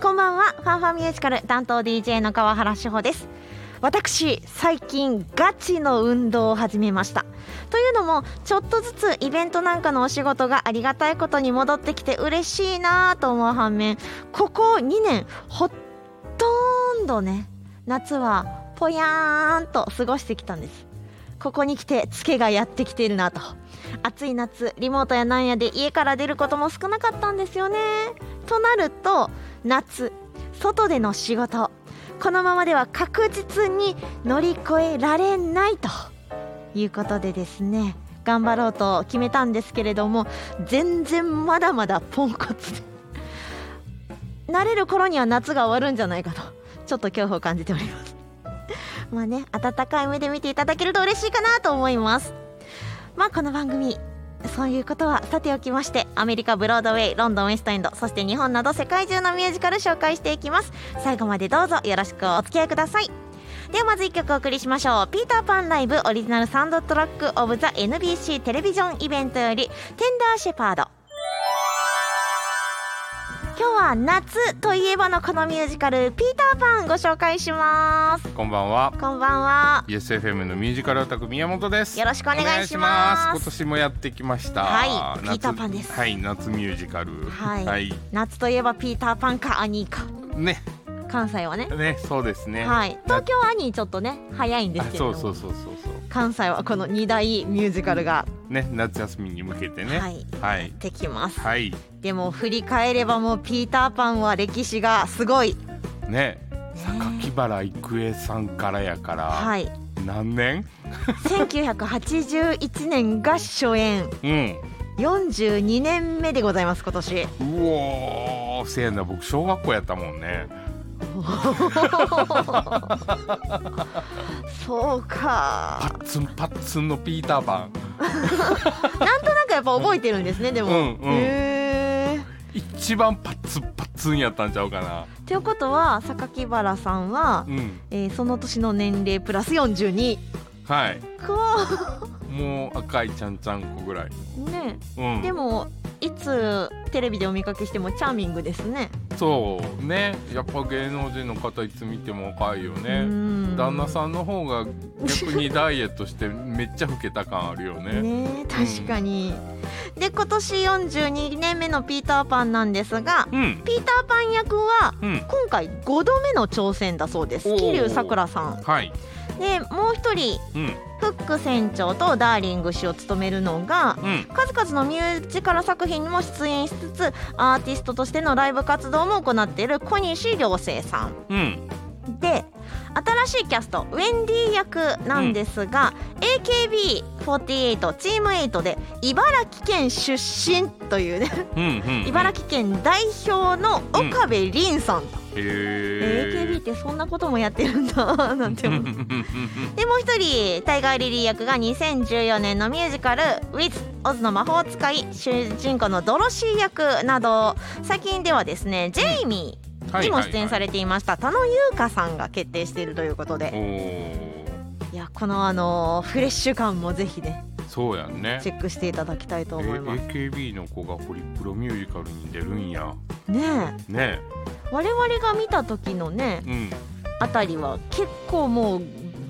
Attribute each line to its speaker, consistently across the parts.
Speaker 1: ファンファミュージカル担当 DJ の川原志保です私最近ガチの運動を始めましたというのもちょっとずつイベントなんかのお仕事がありがたいことに戻ってきて嬉しいなぁと思う反面ここ2年ほとんどね夏はぽやーんと過ごしてきたんですここに来てツケがやってきているなと暑い夏リモートやなんやで家から出ることも少なかったんですよねとなると夏外での仕事このままでは確実に乗り越えられないということでですね頑張ろうと決めたんですけれども全然まだまだポンコツで 慣れる頃には夏が終わるんじゃないかとちょっと恐怖を感じております まあね温かい目で見ていただけると嬉しいかなと思いますまあこの番組そういうことはさておきましてアメリカブロードウェイロンドンウェストエンドそして日本など世界中のミュージカル紹介していきます最後までどうぞよろしくお付き合いくださいではまず1曲お送りしましょう「ピーターパンライブオリジナルサウンドトラックオブザ NBC テレビジョンイベント」より「テンダーシェパード」今日は夏といえばのこのミュージカル「ピーターパン」ご紹介します
Speaker 2: こんばんは。
Speaker 1: こんばんは
Speaker 2: ESFM のミュージカルオタク宮本です。
Speaker 1: よろしくお願いします
Speaker 2: お願い今年もやってきました。
Speaker 1: はいピ
Speaker 2: 夏
Speaker 1: ーターパンです
Speaker 2: はい、夏ミュージカル。
Speaker 1: はい夏といえば「ピーターパン」か「アニー」か
Speaker 2: ね、
Speaker 1: 関西はね
Speaker 2: ね、そうですね。
Speaker 1: はい、
Speaker 2: な
Speaker 1: 東京アニーちょっとね早いんで
Speaker 2: あ
Speaker 1: すけれど
Speaker 2: そ
Speaker 1: も
Speaker 2: うそうそうそうそ
Speaker 1: 関西はこの2大ミュージカルが
Speaker 2: う。ね、夏休みに向けてね。
Speaker 1: はい
Speaker 2: はい。
Speaker 1: できます、
Speaker 2: はい。
Speaker 1: でも振り返ればもうピーターパンは歴史がすごい、
Speaker 2: ね。榊原郁恵さんからやから、
Speaker 1: はい、
Speaker 2: 何年
Speaker 1: 1981年が初演
Speaker 2: うん
Speaker 1: 42年目でございます今 年
Speaker 2: うおーせやな僕小学校やったもんね
Speaker 1: そう
Speaker 2: パ
Speaker 1: か
Speaker 2: ッツンパッツンのピーターパン
Speaker 1: なんかやっぱ覚えてるんですねでも、
Speaker 2: うんうん
Speaker 1: へー
Speaker 2: 一番パッツンパッツンやったんちゃうかな
Speaker 1: ということは榊原さんは、
Speaker 2: うん
Speaker 1: えーその年の年齢プラス42
Speaker 2: はい
Speaker 1: こ
Speaker 2: もう赤いちゃんちゃんこぐらい。
Speaker 1: うね
Speaker 2: うん。
Speaker 1: でもいつテレビでお見かけしてもチャーミングですね。
Speaker 2: そうね。やっぱ芸能人の方いつ見ても若いよね。旦
Speaker 1: 旦
Speaker 2: 那さんの方が逆にダイエットしてめっちゃ老けた感あるよね。
Speaker 1: ねえ確かに。で今年42年目のピーターパンなんですが
Speaker 2: うん。
Speaker 1: ピーターパン役は
Speaker 2: うん。
Speaker 1: 今回5度目の挑戦だそうです
Speaker 2: おー
Speaker 1: 桐生さくらさん。
Speaker 2: はい。
Speaker 1: でもう一人
Speaker 2: うん。
Speaker 1: フック船長とダーリング氏を務めるのが
Speaker 2: うん。
Speaker 1: 数々のミュージカル作品にも出演しつつアーティストとしてのライブ活動も行っている小西良生さん。
Speaker 2: うん。
Speaker 1: で新しいキャストウェンディ役なんですが、AKB48 チーム8で茨城県出身というね、
Speaker 2: うん。うん。
Speaker 1: 茨城県代表の岡部凛さん、
Speaker 2: へえ。
Speaker 1: AKB ってそんなこともやってるんだ なんて思
Speaker 2: う
Speaker 1: っ
Speaker 2: んう
Speaker 1: て。
Speaker 2: んうん
Speaker 1: でもう一人タイガー・リリー役が2014年のミュージカル「With オズの魔法使い」主人公のドロシー役など最近ではですねジェイミー
Speaker 2: うん。はい
Speaker 1: にも出演されていました田野優香さんが決定しているということで
Speaker 2: はいはい
Speaker 1: いやこのあのフレッシュ感もぜひね
Speaker 2: おお。そうやんね
Speaker 1: チ。ェックしていただきたいと
Speaker 2: え
Speaker 1: 思います
Speaker 2: AKB の子がホリプロミュージカルに出るんや。
Speaker 1: ね
Speaker 2: ね。
Speaker 1: え我々が見た時のね
Speaker 2: うん。
Speaker 1: あたりは結構もう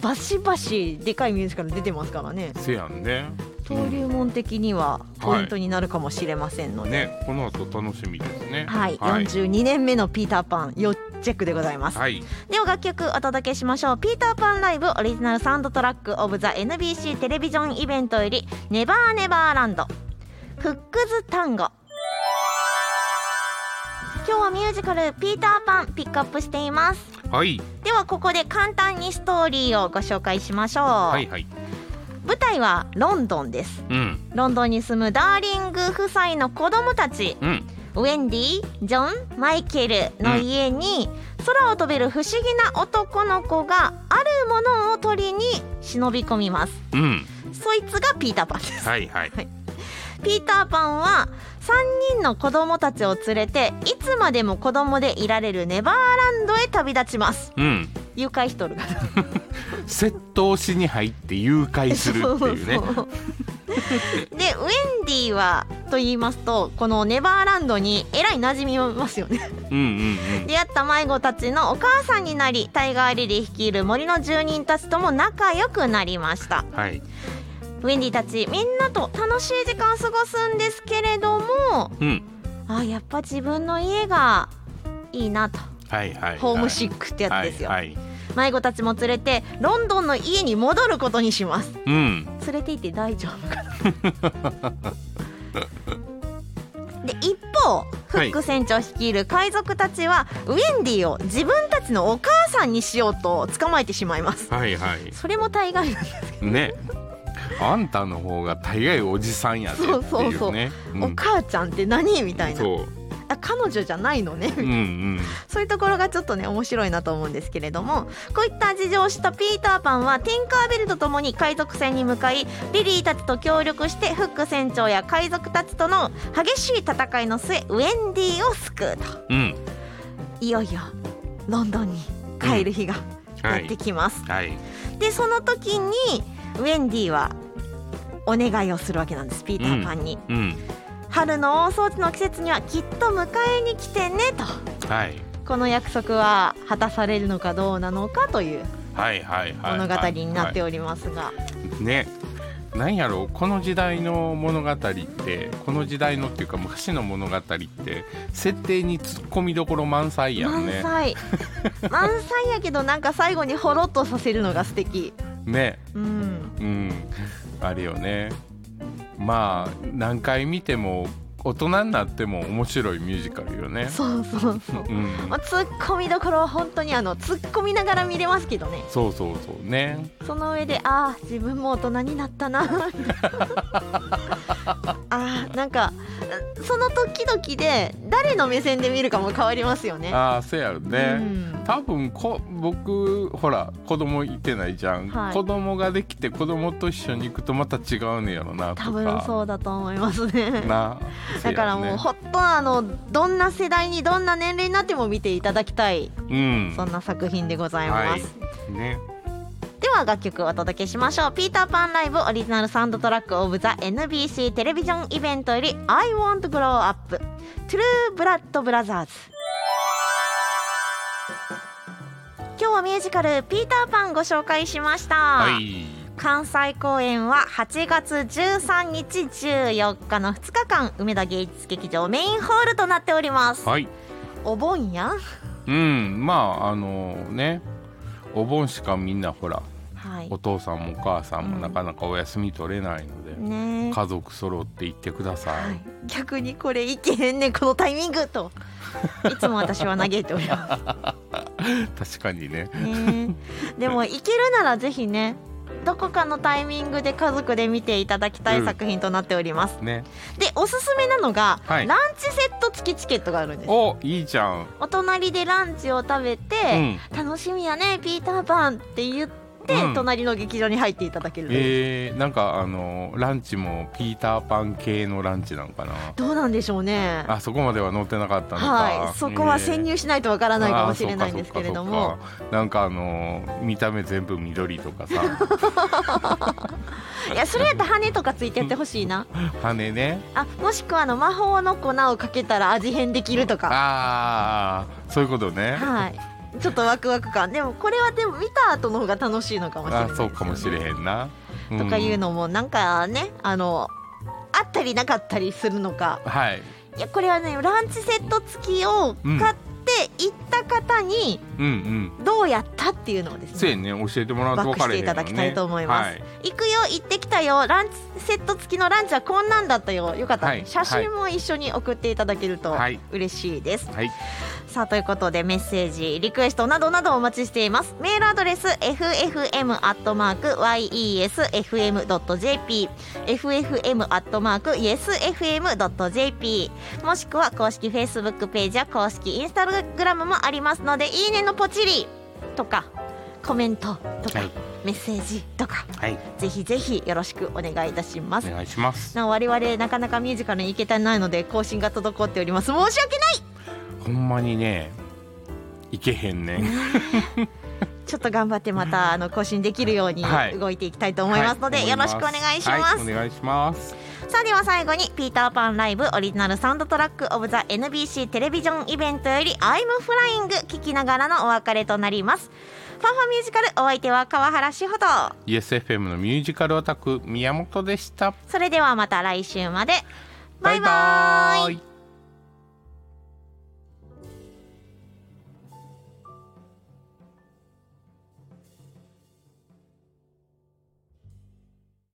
Speaker 1: バシバシでかいミュージカル出てますからね
Speaker 2: せやんね。
Speaker 1: 登竜門的にはポイントになるかもしれませんので、
Speaker 2: ね、この後楽しみですね。
Speaker 1: はい、
Speaker 2: はい、
Speaker 1: 42年目のピーターパン要チェックでございます、
Speaker 2: はい、
Speaker 1: では楽曲お届けしましょう「ピーターパンライブオリジナルサウンドトラックオブザ NBC テレビジョンイベント」より「ネバーネバーランド」「フックズ単語」今日はミュージカル「ピーターパン」ピックアップしています
Speaker 2: はい、
Speaker 1: ではここで簡単にストーリーをご紹介しましょう、
Speaker 2: はい、はい、
Speaker 1: 舞台はロンドンです
Speaker 2: うん、
Speaker 1: ロンドンに住むダーリング夫妻の子供たち
Speaker 2: うん、
Speaker 1: ウェンディジョンマイケルの家に空を飛べる不思議な男の子があるものを取りに忍び込みます
Speaker 2: うん、
Speaker 1: そいつがピーターパンです
Speaker 2: はい、はい、
Speaker 1: ピーターパンは3人の子供たちを連れていつまでも子供でいられるネバーランドへ旅立ちます
Speaker 2: うん、
Speaker 1: 誘拐しとるから
Speaker 2: 窃盗しに入って誘拐するっていうね。
Speaker 1: そうそうでウェンディはと言いますとこのネバーランドにえらい馴染みますよね
Speaker 2: うんうん
Speaker 1: 出会った迷子たちのお母さんになりタイガー・リリー率いる森の住人たちとも仲良くなりました
Speaker 2: うん。はい。
Speaker 1: ウェンディたちみんなと楽しい時間を過ごすんですけれども
Speaker 2: うん。
Speaker 1: あやっぱ自分の家がいいなと
Speaker 2: はいはいはい。
Speaker 1: ホームシックってやつですよ、
Speaker 2: はいはい。
Speaker 1: 迷子たちも連れてロンドンの家に戻ることにします
Speaker 2: うん。
Speaker 1: 連れて行って大丈夫か なで一方フック船長率いる海賊たちは、ウェンディを自分たちのお母さんにしようと捕まえてしまいます
Speaker 2: はいはい。
Speaker 1: それも大概なんです、
Speaker 2: ね。あんたの方が大概おじさんやでっていうね。
Speaker 1: そうそうそうんお母ちゃんって何みたいな
Speaker 2: そ
Speaker 1: あ彼女じゃないのね
Speaker 2: う。うんうん。
Speaker 1: そういうところがちょっとね面白いなと思うんですけれどもこういった事情を知ったピーターパンはティンカーベルと共に海賊船に向かいリリーたちと協力してフック船長や海賊たちとの激しい戦いの末ウェンディを救うと
Speaker 2: うん。
Speaker 1: いよいよロンドンに帰る日が
Speaker 2: は
Speaker 1: やって
Speaker 2: い。
Speaker 1: きます、
Speaker 2: はい。
Speaker 1: でその時にウェンディはお願いをするわけなんですピーターパンに、
Speaker 2: うん。
Speaker 1: 春の大掃除の季節にはきっと迎えに来てねと
Speaker 2: はい。
Speaker 1: この約束は果たされるのかどうなのかという
Speaker 2: はいはいはい。
Speaker 1: 物語になっておりますが、
Speaker 2: ねなんやろうこの時代の物語ってこの時代のっていうか昔の物語って設定にツッコミどころ満載やん
Speaker 1: 満
Speaker 2: ね
Speaker 1: 載満載やけどなんか最後にほろっとさせるのが素敵
Speaker 2: ね
Speaker 1: うん
Speaker 2: うんあれよねまあ何回見ても大人になっても面白いミュージカルよね
Speaker 1: そうそうそう
Speaker 2: うん
Speaker 1: まあツッコミどころは本当にあのツッコみながら見れますけどね
Speaker 2: そうそうそうね
Speaker 1: その上でああ自分も大人になった なあーなんかその時々で誰の目線で見るかも変わりますよね
Speaker 2: ああそうやろね、
Speaker 1: うん
Speaker 2: 多分こ僕ほら子供いてないじゃん、
Speaker 1: はい
Speaker 2: 子供ができて子供と一緒に行くとまた違うねやろなとか
Speaker 1: 多分そうだと思いますね
Speaker 2: な
Speaker 1: だからもう
Speaker 2: せ
Speaker 1: ほっとあのどんな世代にどんな年齢になっても見ていただきたい
Speaker 2: やねうん
Speaker 1: そんな作品でございます、
Speaker 2: はいね
Speaker 1: では楽曲をお届けしましょうピーターパンライブオリジナルサウンドトラックオブザ NBC テレビジョンイベントより I want grow up トゥルーブラッドブラザーズ今日はミュージカルピーターパンご紹介しました、
Speaker 2: はい
Speaker 1: 関西公演は8月13日14日の2日間梅田芸術劇場メインホールとなっております
Speaker 2: はい
Speaker 1: お盆やん
Speaker 2: うんまああのねお盆しかみんなほら
Speaker 1: はい
Speaker 2: お父さんもお母さん
Speaker 1: う
Speaker 2: も
Speaker 1: ん
Speaker 2: なかなかお休み取れないので、
Speaker 1: ねえ
Speaker 2: 家族揃って行ってくださ、
Speaker 1: はいい、逆にこれいけへんねこのタイミング といつも私は嘆いておりま
Speaker 2: 確かにね
Speaker 1: す ねでもいけるならぜひねどこかのタイミングで家族で見ていただきたい作品となっております、
Speaker 2: ね
Speaker 1: でおすすめなのが、
Speaker 2: はい
Speaker 1: ランチセット付きチケットがあるんです
Speaker 2: おいいじゃん
Speaker 1: お隣でランチを食べて、
Speaker 2: うん
Speaker 1: 楽しみやねピーターパンって言って、
Speaker 2: うん
Speaker 1: 隣の劇場に入っていただけるという
Speaker 2: えー、なんかあのランチもピーターパン系のランチなのかな
Speaker 1: どうなんでしょうね
Speaker 2: あそこまでは載ってなかったのか
Speaker 1: はいそこは潜入しないとわからないかもしれないんですけれど
Speaker 2: あ
Speaker 1: も
Speaker 2: ーそっかそっかそっかなんかあのー見た目全部緑とかさ
Speaker 1: いやそれやったら羽とかついてやってほしいな
Speaker 2: 羽ね
Speaker 1: あもしくはあの魔法の粉をかけたら味変できるとか
Speaker 2: ああそういうことね
Speaker 1: はいちょっとワクワク感でもこれはでも見た後の方が楽しいのかもしれない
Speaker 2: あ
Speaker 1: ですよね
Speaker 2: そうかもしれへんな、うん
Speaker 1: とかいうのもなんかねあのあったりなかったりするのか
Speaker 2: はい
Speaker 1: いやこれはねランチセット付きを買って行った方に
Speaker 2: うんうん
Speaker 1: どうやったっていうのをです
Speaker 2: そう
Speaker 1: ね
Speaker 2: やね教えてもらうと分かれへんもんね
Speaker 1: バックしていただきたいと思います
Speaker 2: はい
Speaker 1: 行くよ行ってきたよランチセット付きのランチはこんなんだったよよかった、ね
Speaker 2: はい
Speaker 1: 写真も一緒に送っていただけると
Speaker 2: はい
Speaker 1: 嬉しいです、
Speaker 2: はい、
Speaker 1: さあということでメッセージリクエストなどなどお待ちしていますメールアドレス ffm.yesfm.jp ffm.yesfm.jp もしくは公式 Facebook ページや公式 Instagram もありますのでいいねのポチリとかコメントとか、
Speaker 2: はい
Speaker 1: メッセージとか
Speaker 2: はい、
Speaker 1: ぜひぜひよろしくお願いいたします
Speaker 2: お願いします
Speaker 1: なお我々なかなかミュージカルに行けてないので更新が滞っております申し訳ない
Speaker 2: ほんまにねいけへんねん
Speaker 1: ちょっと頑張ってまたあの更新できるように
Speaker 2: はい
Speaker 1: 動いていきたいと思いますので、よろしくお願いします、
Speaker 2: はい、お願いします
Speaker 1: さあでは最後にピーターパンライブオリジナルサウンドトラックオブザ NBC テレビジョンイベントより「I'm Flying」聞きながらのお別れとなりますファンファミュージカルお相手は川原志穂と
Speaker 2: ESFM のミュージカルオタク宮本でした
Speaker 1: それではまた来週までバイバイ
Speaker 2: バイバーイ